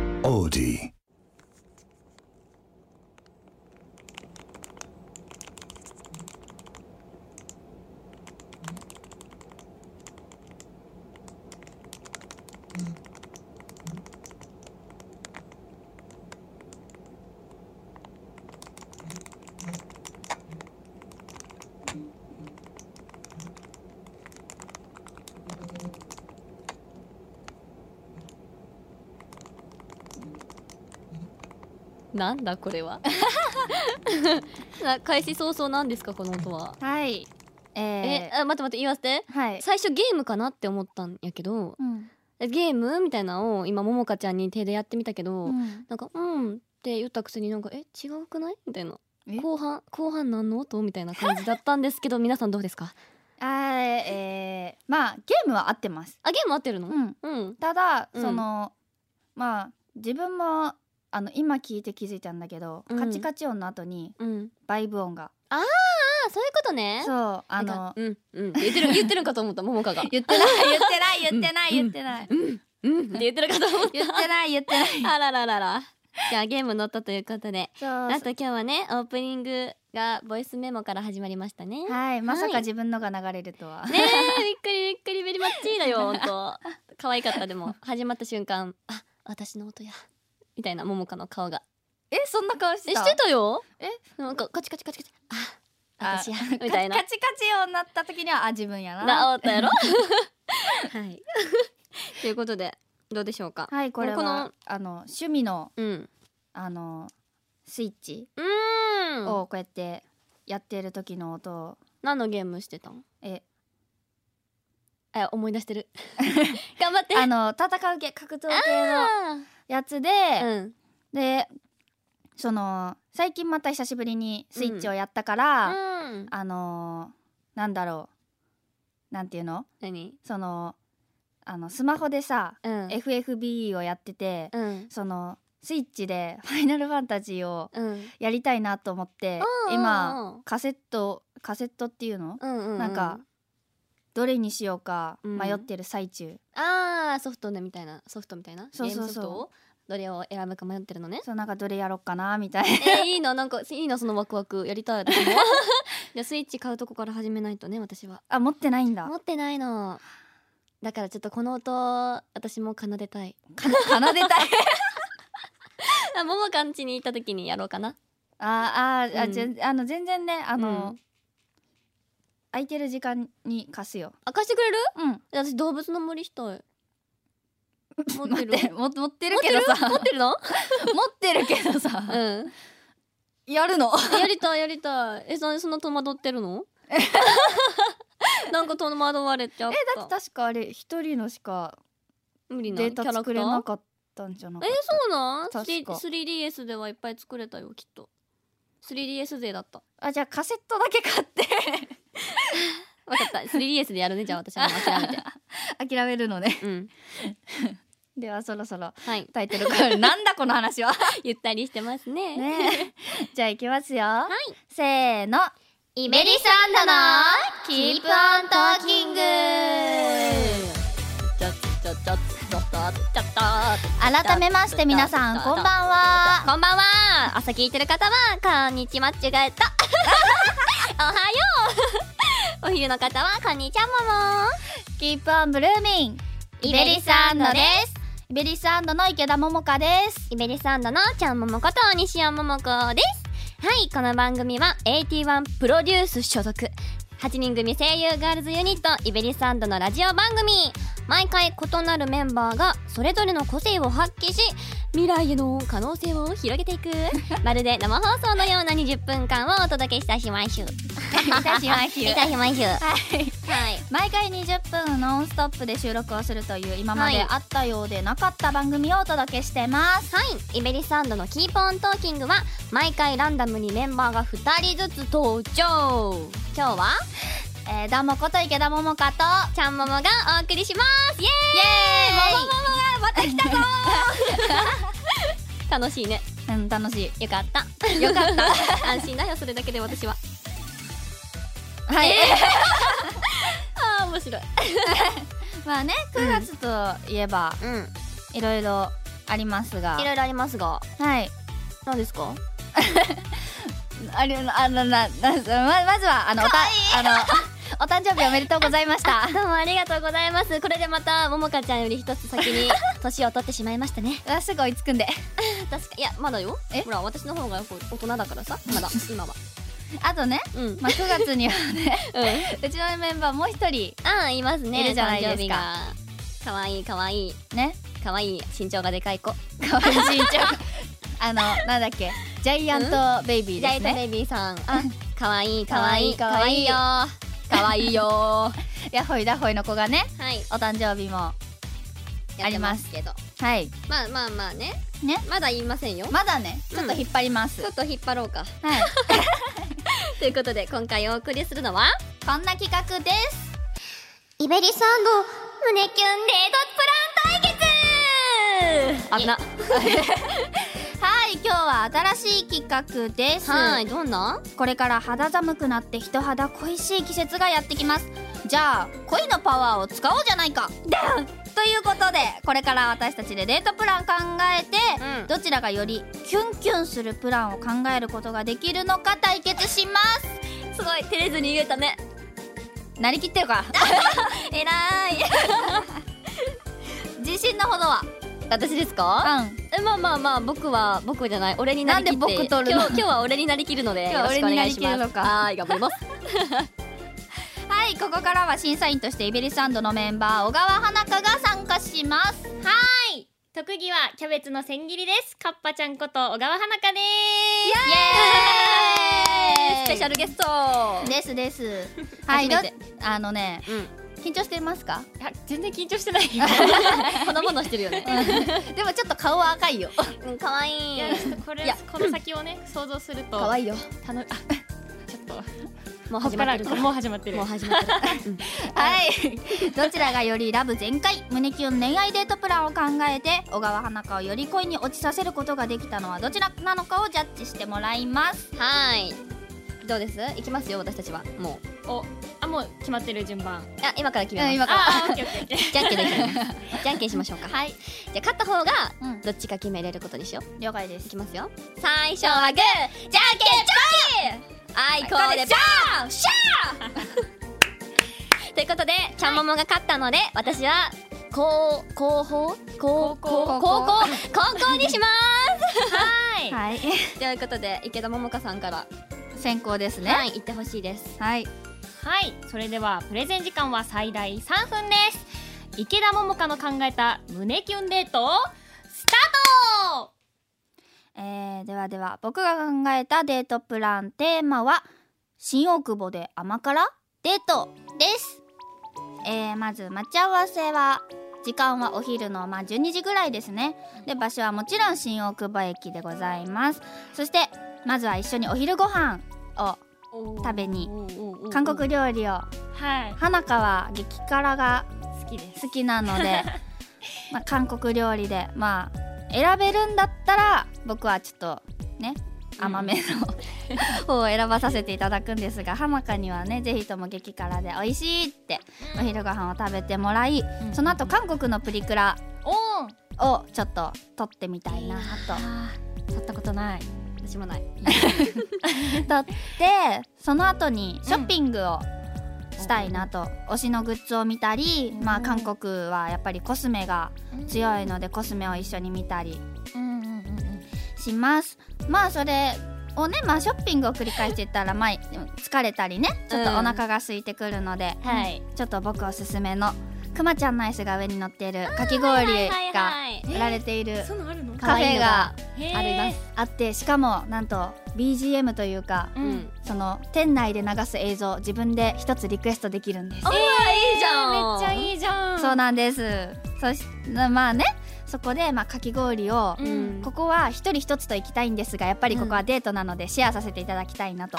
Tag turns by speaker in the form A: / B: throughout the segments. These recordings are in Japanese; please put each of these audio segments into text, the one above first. A: melody.
B: なんだこれは な開始早々なんですかこの音は
C: はいえー、
B: えあ待って待って言わせて
C: はい、
B: 最初ゲームかなって思ったんやけど
C: うん
B: ゲームみたいなのを今ももかちゃんに手でやってみたけど、
C: うん
B: なんか「うん」って言ったくせになんか「え違うくない?」みたいな
C: え
B: 後半後半何の音みたいな感じだったんですけど皆さんどうですか
C: あーえー、まあゲームは合ってます
B: あゲーム合ってるの
C: うん
B: うん
C: ただ
B: うん
C: その、まあ自分もあの今聞いて気づいたんだけど、
B: うん
C: カチカチ音の後に
B: うん
C: バイブ音が
B: あそういうことね
C: そう
B: な
C: あ
B: んか
C: の
B: うんうん言ってる言ってるんかと思ったももかが
C: 言ってない 言ってない言ってない言ってない
B: うんって言ってるかと思っ
C: 言って
B: た
C: ない言ってない
B: あららららじゃあゲーム乗ったということで
C: そう
B: なんと今日はねオープニングがボイスメモから始まりましたね。ね
C: はいまさか自分のが流れるとは、
B: えびっくりびっくりベリマッチだよ本当可愛かったで も始まった瞬間あ私の音やみたいなももかの顔が
C: えそんな顔し
B: えし
C: て
B: たてたよ
C: え
B: なんかカチカチカチカチあ
C: あ
B: 私やみたいな
C: カチカチ音鳴った時にはあ自分やな
B: なおった やろはいということでどうでしょうか
C: はいこれは
B: この
C: あの趣味の
B: うん
C: あのスイッチ
B: うーん
C: をこうやってやってる時の音を
B: 何のゲームしてたん
C: え
B: え思い出して る頑張って
C: あの戦う系格闘系のやつで、
B: あーうん
C: でその最近また久しぶりにスイッチをやったから、
B: うん
C: あのなんだろうなんていうの
B: 何
C: そのあのスマホでさ、
B: うん
C: FFB をやってて、
B: うん
C: そのスイッチで「ファイナルファンタジー」を
B: うん
C: やりたいなと思って
B: うんうんう
C: 今
B: ん
C: カセットカセットっていうの
B: うんうん
C: なんかどれにしようか
B: うん
C: 迷ってる最中、
B: ああソフトねみたいなソフトみたいな
C: そうそうそう
B: ゲームソフトをどれを選ぶか迷ってるのね
C: そうなんかどれやろっかなみたいな
B: えー、 いいななんかいいなそのワクワクやりたい 私もじゃあスイッチ買うとこから始めないとね私は
C: あ持ってないんだ
B: 持ってないのだからちょっとこの音私も奏でたい
C: か奏でたい
B: あももかんちに行った時にやろうかな
C: あーあーあ,、
B: うん
C: ぜん、あの全然ねあの、
B: うん
C: 空いてる時間に貸すよ
B: あ貸してくれる
C: うん
B: 私動物の森したい持って る
C: 待っても持ってるけどさ
B: 持ってるの
C: 持ってるけどさ、
B: うん
C: やるの
B: やりたいやりたいえそそんな戸惑ってる のなんか戸惑われちゃった
C: だって確かあれ一人のしか
B: 無理な
C: デ
B: キャ
C: ータ
B: ラ
C: 作
B: クタ
C: れな
B: ー
C: かったんじゃな
B: え
C: か
B: ー
C: っ、
B: そうなん
C: 確か
B: 3DS ではいっぱい作れたよきっと 3DS 勢だった
C: たあじゃあカセットだけ買って
B: わかった 3DS でやるねじゃあ私はもう諦めて
C: 諦めるのね
B: うん
C: ではそろそろ
B: はい
C: タイトルコールなんだこの話は
B: ゆったりしてますね
C: ね えじゃあ行きますよ、
B: い
C: せーの
B: イ
C: ベリサンドのキープオントーキング改めまして皆さんこんばんは
B: こんばんは朝聞いてる方はこんにちはちがえたおはようお昼の方はこんにちはもも
C: キープオンブルーミンイベリサンドですイベリサンドの池田桃香 です
B: イベリサンドのちゃんももこと西尾ももこですはいこの番組は81プロデュース所属8人組声優ガールズユニットイベリサンドのラジオ番組毎回異なるメンバーがそれぞれの個性を発揮し未来への可能性を広げてい くまるで生放送のような20分間をお届けいたしましゅう
C: いたしましゅう
B: いたしましゅうは
C: はい
B: い
C: 毎回20分ノンストップで収録をするという今まで
B: はい
C: あったようでなかった番組をお届けしてます
B: はい、イベリサンドのキープオントーキングは毎回ランダムにメンバーが2人ずつ登場今日は
C: えー、どうもこと池田桃香と
B: ちゃんももがお送りしますイエ
C: イエ
B: ーイももももがまた来たぞ楽しいね
C: ーイうん楽し
B: よかった
C: いよかった
B: 安心だよそれだけで私は
C: はい、
B: あー面白い
C: まあね9月といえば
B: うん
C: いろいろありますが
B: いろいろありますが
C: はい
B: 何ですか
C: あれあのななままずはあのおたあのお誕生日おめでとうございました
B: どうもありがとうございますこれでまたももかちゃんより一つ先に年を取ってしまいましたね
C: あすぐ追いつくんで
B: 確かいやまだよ
C: え
B: ほら私の方がこう大人だからさ まだ今は
C: あとね、
B: うん、うん
C: まあ、9月にはね うちのメンバーもう一人
B: ああいますね
C: いるじゃない
B: 誕
C: ですか
B: 生日がかわいいかわいい
C: ね
B: かわいい身長がでかい子
C: 可愛いしんちゃんあのなんだっけジャイアントベイビー
B: ジ
C: で
B: ャイ
C: す
B: ト
C: ね
B: ベイビーさん あかわいいかわいい
C: か
B: か
C: わ
B: わ
C: い
B: い
C: い
B: いよかわいいよ は
C: ヤッホイダッホイの子がね
B: い
C: お誕生日も
B: やってますけど
C: はい
B: まあまあまあね
C: ね
B: まだ言いませんよ
C: まだねちょっと引っ張ります、
B: ちょっと引っ張ろうか
C: はい
B: ということで今回お送りするの は
C: こんな企画です
B: イベリサンド胸キュンデートプラン対決
C: あはい今日は新しい企画です
B: はいどんな
C: これから肌寒くなって人肌恋しい季節がやってきますじゃあ恋のパワーを使おうじゃないかということでこれから私たちでデートプラン考えて、
B: うん
C: どちらがよりキュンキュンするプランを考えることができるのか対決します
B: すごい照れずに言えたね
C: なりきってるか
B: えらい
C: 自信のほどは
B: 私ですか
C: うん
B: えまあまあまあ僕は僕じゃない俺になりきって
C: なんで僕取る
B: 今
C: の
B: 日今日は俺になりきるので
C: 今日
B: よ
C: は
B: ろし
C: 俺
B: くお
C: にな
B: 願い
C: りき
B: し
C: るの
B: ま
C: か
B: すはーい頑張ります
C: はいここからは審査員としてイベリサンドのメンバー小川花香が参加します
A: 特技はキャベツの千切りです。カッパちゃんこと小川花香で
C: イエーイ
B: スペシャルゲスト
C: ですです。はい、ど
B: 初めて
C: あのね、
B: うん
C: 緊張してますか？
A: す。いや、全然緊張してない。
B: このものしてるよね
C: でもちょっと顔は赤いよ。
B: うん可愛い
A: い
B: い
A: や、ちょっとこ
B: い
A: れ
B: や、
A: この先をね、想像すると。
C: 可
A: い
C: 愛いよ。
A: い。楽、あ、ちょっと。
B: もう
A: こっ
B: 始
A: か
B: まって
A: ら
B: るから
A: もう始まってる
B: もう。始ま ってるうん
C: はい。どちらがよりラブ全開、胸キュン恋愛デートプランを考えて、小川花香をより恋に落ちさせることができたのはどちらなのかをジャッジしてもらいます。
B: はいどうです行きますよ私たちはもう
A: お、あ、もう決まってる順番。
B: あ今から決めます、
C: うん今から
A: あ、オッケー、オッケー、オッケー。
B: じゃんけんで決めますじゃんけんしましょうか
C: はい。
B: じゃあ勝った方が
C: うん
B: どっちか決めれることにしよう
C: 了解です
B: いき。ますよ最初はグーじゃんけんぽんあいこでバーンシャーということでちゃんももが勝ったので私はこう後方高校
C: 高校
B: 高校高校にしま
A: は い。
C: はい。
B: すということで池田桃香さんから、
C: 先行ですね。
B: はい言ってほしいです
C: はい。
A: はい、それではプレゼン時間は最大3分です。池田桃香の考えた胸キュンデート。スタート。
C: えー、ではでは僕が考えたデートプランテーマは新大久保で甘辛デートです、えー、まず待ち合わせは時間はお昼のまあ12時ぐらいですねで場所はもちろん新大久保駅でございますそしてまずは一緒にお昼ご飯を食べに韓国料理を
A: はい、
C: 花川激辛が
A: 好きです。
C: 好きなのでまあ韓国料理でまあ選べるんだったら僕はちょっとね甘めの、 方を選ばさせていただくんですが浜香にはねぜひとも激辛で美味しいってお昼ご飯を食べてもらい、
A: ん
C: その後韓国のプリクラ
A: おお。
C: をちょっと撮ってみたいなと
A: 撮ったことない。
B: 私もない
C: 撮ってその後にショッピングをしたいなと、推しのグッズを見たり、まあ韓国はやっぱりコスメが強いのでコスメを一緒に見たり
A: うんうんうんうん。
C: しますまあそれをねまあショッピングを繰り返していったらまあ疲れたりねちょっとお腹が空いてくるので、
A: はい。
C: ちょっと僕おすすめのくまちゃんのアイスが上に乗っているかき氷
B: はい
C: が
B: はい
C: 売られている
A: そんなあるの
C: カフェが
A: へー
B: あります
C: あってしかもなんと BGM というか、
A: うん
B: うん
C: その店内で流す映像自分で一つリクエストできるんです
B: あいいじゃん
A: めっちゃいいじゃん。
C: そう
A: だ。
C: なんですそしまあねそこでまあかき氷を、
A: うん
C: ここは一人一つと行きたいんですがやっぱりここはデートなのでシェアさせていただきた いなと、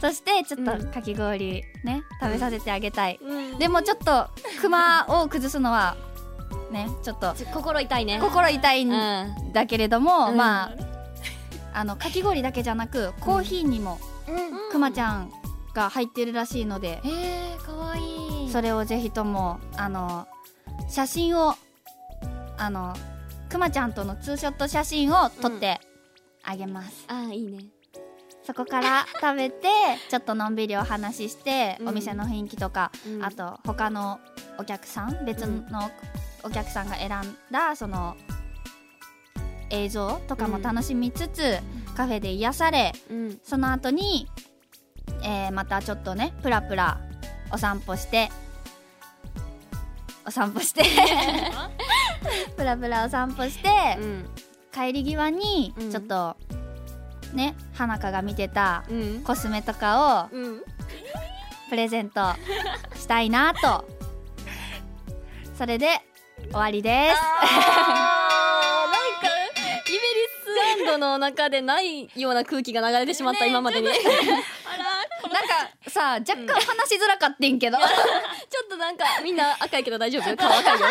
C: そしてちょっとかき氷ね食べさせてあげたい、
B: うん
C: でもちょっとクマを崩すのはねちょっと
B: ちょ心痛いね
C: 心痛い
B: うんん
C: だけれども、
B: うん
C: まああのかき氷だけじゃなくコーヒーにも
A: うん。
C: クマちゃんが入ってるらしいので、
A: へえ、可愛いい。
C: それをぜひともあの写真をあのくまちゃんとのツーショット写真を撮ってあげます、
B: あーいいね
C: そこから食べてちょっとのんびりお話しして、
B: うん
C: お店の雰囲気とか、
B: うん
C: あと他のお客さん別
B: うん
C: のお客さんが選んだその映像とかも楽しみつつ、カフェで癒され
B: うん
C: その後に、えーまたちょっとねプラプラお散歩してお散 歩してプラプラお散歩して、
B: うん
C: 帰り際に
B: うん
C: ちょっと、ね花香が見てた
B: うん
C: コスメとかを
B: うん
C: プレゼントしたい なとそれで終わりです
B: あーなんかイベリスランドの中でないような空気が流れてしまった、
A: ね
B: 今までにちょ
A: あら
C: なんかさ若干話しづらかってんけど、
B: っとなんかみんな赤いけど大丈 夫顔赤いよ、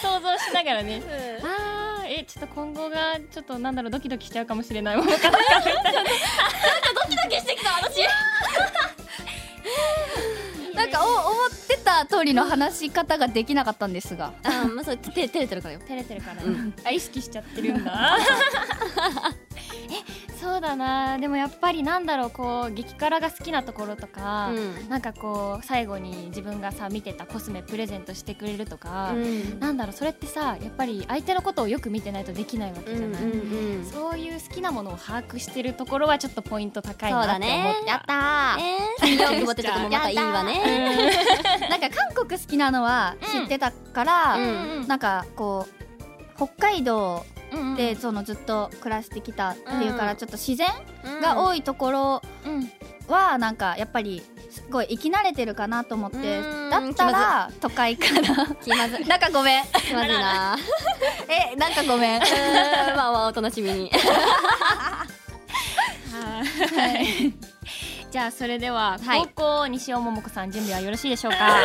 A: 想像しながらねあーえちょっと今後がちょっとなんだろうドキドキしちゃうかもしれないものかな
B: 消してきた私
C: なんかお思ってた通りの話し方ができなかったんですが
B: あーまあそう照れてるからよ
A: 照れてるから、
B: うん
A: あ意識しちゃってる んだえそうだなでもやっぱりなんだろうこう激辛が好きなところとか、
B: うん
A: なんかこう最後に自分がさ見てたコスメプレゼントしてくれるとか、
B: うん
A: なんだろうそれってさやっぱり相手のことをよく見てないとできないわけじゃない、
B: うん
A: そういう好きなものを把握してるところはちょっとポイント高い
B: そう
A: な
B: だ
A: って思っ
B: ね
A: て、
C: やったー、
B: えー、企業ってとこもまたいいわね
C: なんか韓国好きなのは知ってたから、
B: うん
C: なんかこう北海道
A: うんうん
C: でそのずっと暮らしてきたっていうから、
B: うん
C: ちょっと自然
B: うん
C: が多いところ
A: うん
C: はなんかやっぱりすごい生き慣れてるかなと思って
B: うん
C: だったら都会から
B: 気まずい
C: なんかごめん
B: 気まずいな
C: えなんかごめん
B: えーまあまあお楽しみに
A: はいじゃあそれでは
B: はい
A: 高校西尾桃子さん準備はよろしいでしょうか、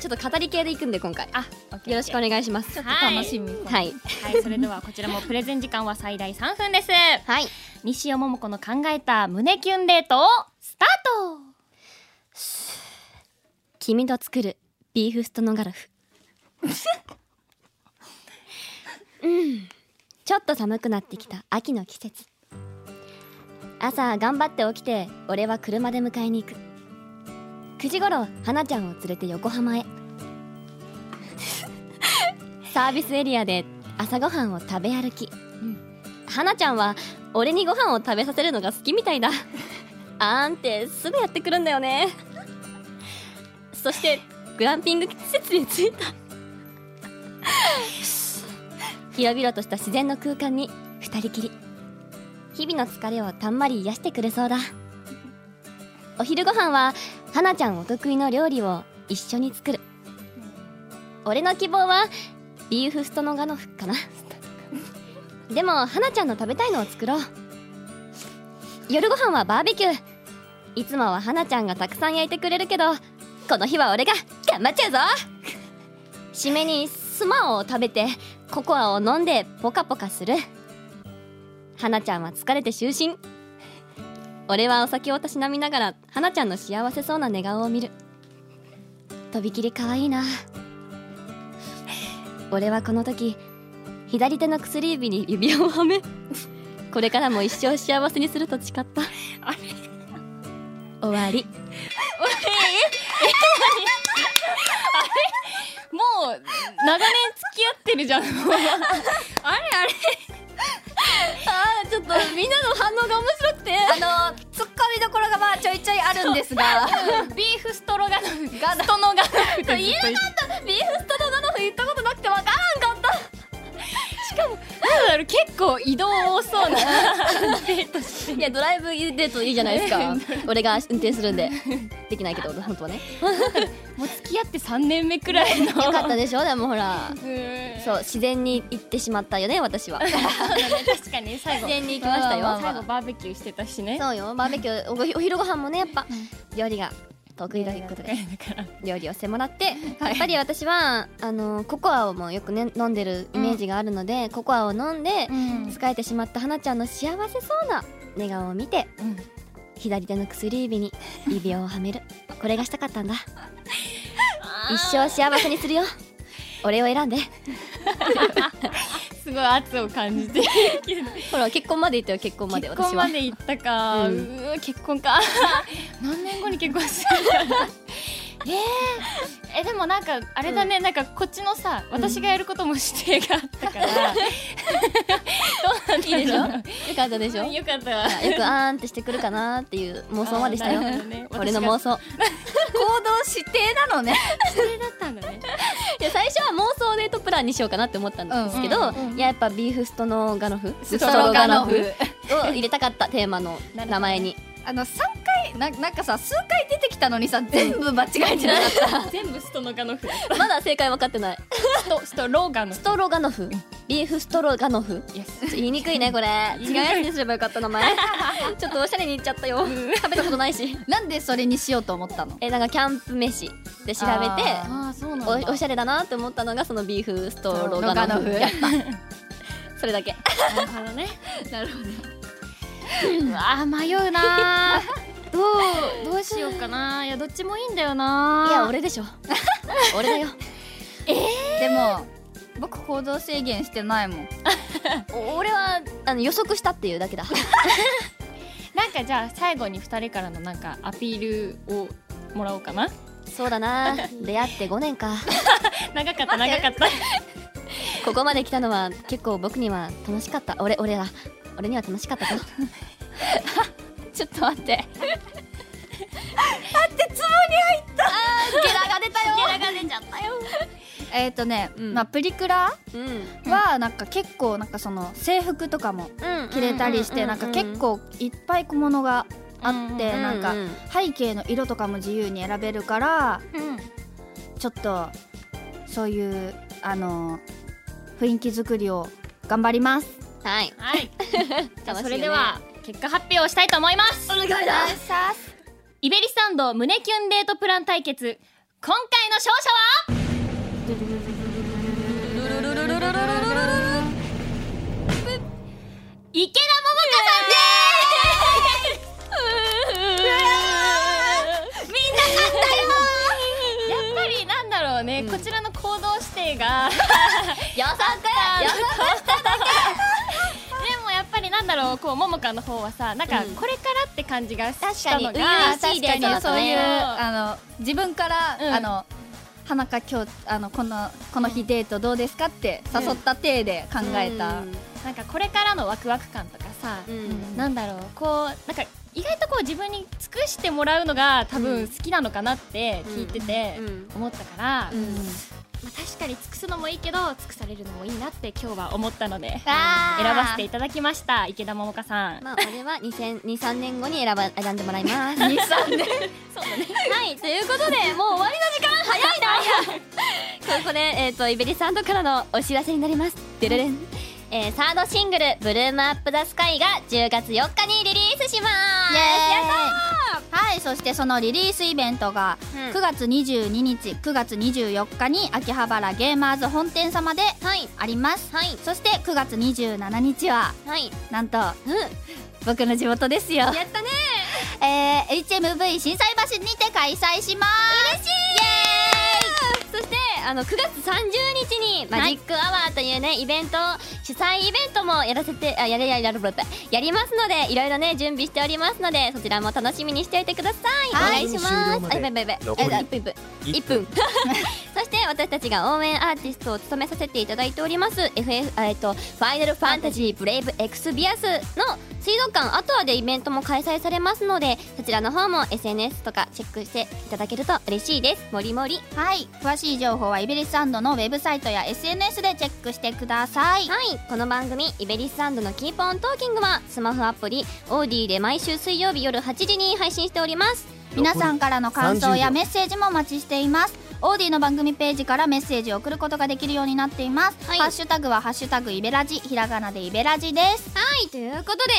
B: ちょっと語り系でいくんで今回
A: あ
B: よろしくお願いします
A: はい
C: 楽しみ
B: はい
A: はいそれではこちらもプレゼン時間は最大3分です
B: はい
A: 西尾桃子の考えた胸キュンデートスタート
B: 君と作るビーフストノガラフうんちょっと寒くなってきた秋の季節朝頑張って起きて俺は車で迎えに行く9時頃花ちゃんを連れて横浜へサービスエリアで朝ごはんを食べ歩き、花ちゃんは俺にご飯を食べさせるのが好きみたいだあーんってすぐやってくるんだよねそしてグランピング施設に着いた広々とした自然の空間に二人きり日々の疲れをたんまり癒してくれそうだお昼ご飯は花ちゃんお得意の料理を一緒に作る俺の希望はビーフストノガノフかなでも花ちゃんの食べたいのを作ろう夜ご飯はバーベキューいつもは花ちゃんがたくさん焼いてくれるけどこの日は俺が頑張っちゃうぞ締めにスマオを食べてココアを飲んでポカポカする花ちゃんは疲れて就寝俺はお酒をたしなみながら花ちゃんの幸せそうな寝顔を見るとびきり可愛いな俺はこの時左手の薬指に指輪をはめこれからも一生幸せにすると誓った終わり
A: もう長年付き合ってるじゃんあれあれ
B: あーちょっとみんなの反応が面白くて
C: あのツッコミどころがまあちょいちょいあるんですが
A: ビーフストロガノフストノガノフってずっと言って
B: ビーフストロガノフ言ったことなくてわからんかった
A: なんだろう結構移動多そうなデートし
B: いやドライブデートいいじゃないです か俺が運転するんでできないけど本 当はね
A: もう付き合って3年目くらいのよ
B: よかったでしょでもほら
A: そ
B: そうう自然に行ってしまったよね私 は
A: だね 確かに最後
B: 自然に行きました
A: まあまあ
B: よ
A: まあ最後バーベキューしてたしね
B: そうよバーベキューおごお昼ご飯もねやっぱ料理が得意だということで
A: だから
B: 料理をしてもらって、やっぱり私はあのココアをもうよく、ね、飲んでるイメージがあるので、ココアを飲んで、
A: うん
B: 疲れてしまった花ちゃんの幸せそうな寝顔を見て左手の薬指に指輪をはめるこれがしたかったんだ一生幸せにするよ俺を選んで
A: すごい圧を感じてるけど
B: ほら結婚まで言ったよ結婚まで
A: 結婚
B: 私
A: ま
B: は
A: で行ったか、う
B: うん
A: ー結婚か 何年後に結婚 したんだえー、えでもなんかあれだね、なんかこっちのさ私がやることも指定があった から、どう
B: いいでしょ
A: な
B: よ
A: んだろう
B: かったでしょよ
A: よかった
B: くあーんってしてくるかなーっていう妄想までしたよ
A: あーなるほどね
B: 俺の
A: 私が
B: 妄想
C: 指定なのね
A: 指定だったんだね
B: いや最初は妄想デートプランにしようかなって思ったんですけど、
A: うん
C: うんうん
B: いややっぱビーフストノーガノフ
A: ス
C: トロガノフ
B: を入れたかったテーマの名前に、
C: あの3回ななんかさ数回出てきたのにさ全部間違えてなかった
A: 全部ストノガノフ
B: まだ正解分かってない
A: ストストローガノ
B: ストロガノフビーフストロガノフ
A: イエス
B: ちょ言いにくいねこれ
A: 言
B: 違
A: いに
B: う
A: くい
B: やつにすればよかった名 前ちょっとおしゃれに言っちゃったよ食べたことないし
C: なんでそれにしようと思ったの
B: えなんかキャンプ飯で調べて
C: あ
A: ああそうなんだ
B: おおしゃれだなって思ったのがそのビーフストロガノフ
C: ストロガノフ
B: やったそれだけ
A: なるほどね
C: なるほど
A: うわあ迷うなー どうどうしようかないやどっちもいいんだよないい
B: や俺でしょ俺だよ
C: でも僕行動制限してないもん
B: お俺はあの予測したっていうだけだ
A: なんかじゃあ最後に二人からのなんかアピールをもらおう かな
B: そうだな出会って5年か
A: 長かった長かった
B: ここまで来たのは結構僕には楽しかった俺俺ら俺には楽しかったかなちょっと待って
A: ゲラが出たよゲラが出ちゃったよ
C: えっ、とね、
B: うん
C: まあプリクラ
B: うん
C: はなんか結構なんかその制服とかも着れたりしてなんか結構いっぱい小物があって
A: うん
C: なんか背景の色とかも自由に選べるからちょっとそういうあの雰囲気作りを頑張ります
B: はい
A: はいじゃあ
B: 楽しいよね
A: それでは結果発表をしたいと思います
B: お願いだ
C: さす
A: イベリスタンド胸キュンデートプラン対決今回の勝者は池田桃香さんですみんな勝ったよやっぱりなんだろうね、
B: うん
A: こちらの行動指定が
B: よさ
A: でもやっぱりなんだろうこう桃香の方はさなんか
B: うん
A: これからって感じがしたのが
B: 確かに初々しいデ
C: 確か
B: ートだ
C: に
B: った
C: そういう
B: ね
C: あの自分から、
A: うん
C: あの花香今日あのこのこの日デートどうですかって
A: うん
C: 誘った体で考えた、
A: なんかこれからのワクワク感とかさ、
B: うん
A: なんだろうこうなんか意外とこう自分に尽くしてもらうのが多
B: うん
A: 分好きなのかなって聞いてて
B: うん
A: 思ったから、
B: うん
A: まあ、確かに尽くすのもいいけど尽くされるのもいいなって今日は思ったので選
C: あー
A: ばせていただきました池田桃香さん、
B: まあ俺は2023年後に選ば選んでもらいます
C: 二三年
A: そうだね
B: はいということでもう終わりの時間早いなここで、えー、とイベリさんとからのお知らせになりますでれれん、えー、サードシングル「ブルームアップ・ザ・スカイ」が10月4日にリリースします
C: イエーイはいそしてそのリリースイベントが
B: うん
C: 9月22日9月24日に秋葉原ゲーマーズ本店様で
B: はい
C: あります
B: はい
C: そして9月27日は
B: はい
C: なんと
B: うん
C: 僕の地元ですよ、
B: やったね
C: えー、HMV 心斎橋にて開催します嬉しい
B: そしてあの9月30日にマジックアワーというね、イベント主催イベントもやらせてあやれやれやれやりますのでいろいろね準備しておりますのでそちらも楽しみにしておいてください、
D: はい
B: お願いしますあ
D: 終了
B: やば
D: ま
B: いやば
D: 残
B: いやばい
D: り
B: あ1分1分1分そして私たちが応援アーティストを務めさせていただいております FF あえっとファイナルファンタジーブレイブエクスビアスの水族館アトアでイベントも開催されますのでそちらの方も SNS とかチェックしていただけると嬉しいですもりもり
C: はい詳しい情報はイベリスサンドのウェブサイトや SNS でチェックしてください
B: はい、この番組「イベリスサンドのキープオントーキングは」スマホアプリオーディで毎週水曜日夜8時に配信しております
C: 皆さんからの感想
D: 残り30
C: や
D: 秒
C: メッセージもお待ちしていますオーディの番組ページからメッセージを送ることができるようになっています、
B: はい
C: ハッシュタグは「ハッシュタグイベラジ」ひらがなでイベラジです
B: はいということで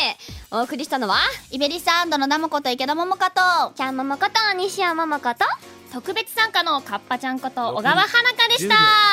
B: お送りしたのは
C: イベリスサンドのダムこと池田桃香と
B: ちゃんももこと西山ももこと
A: 特別参加のかっぱちゃんこと小川花香でした
D: 残り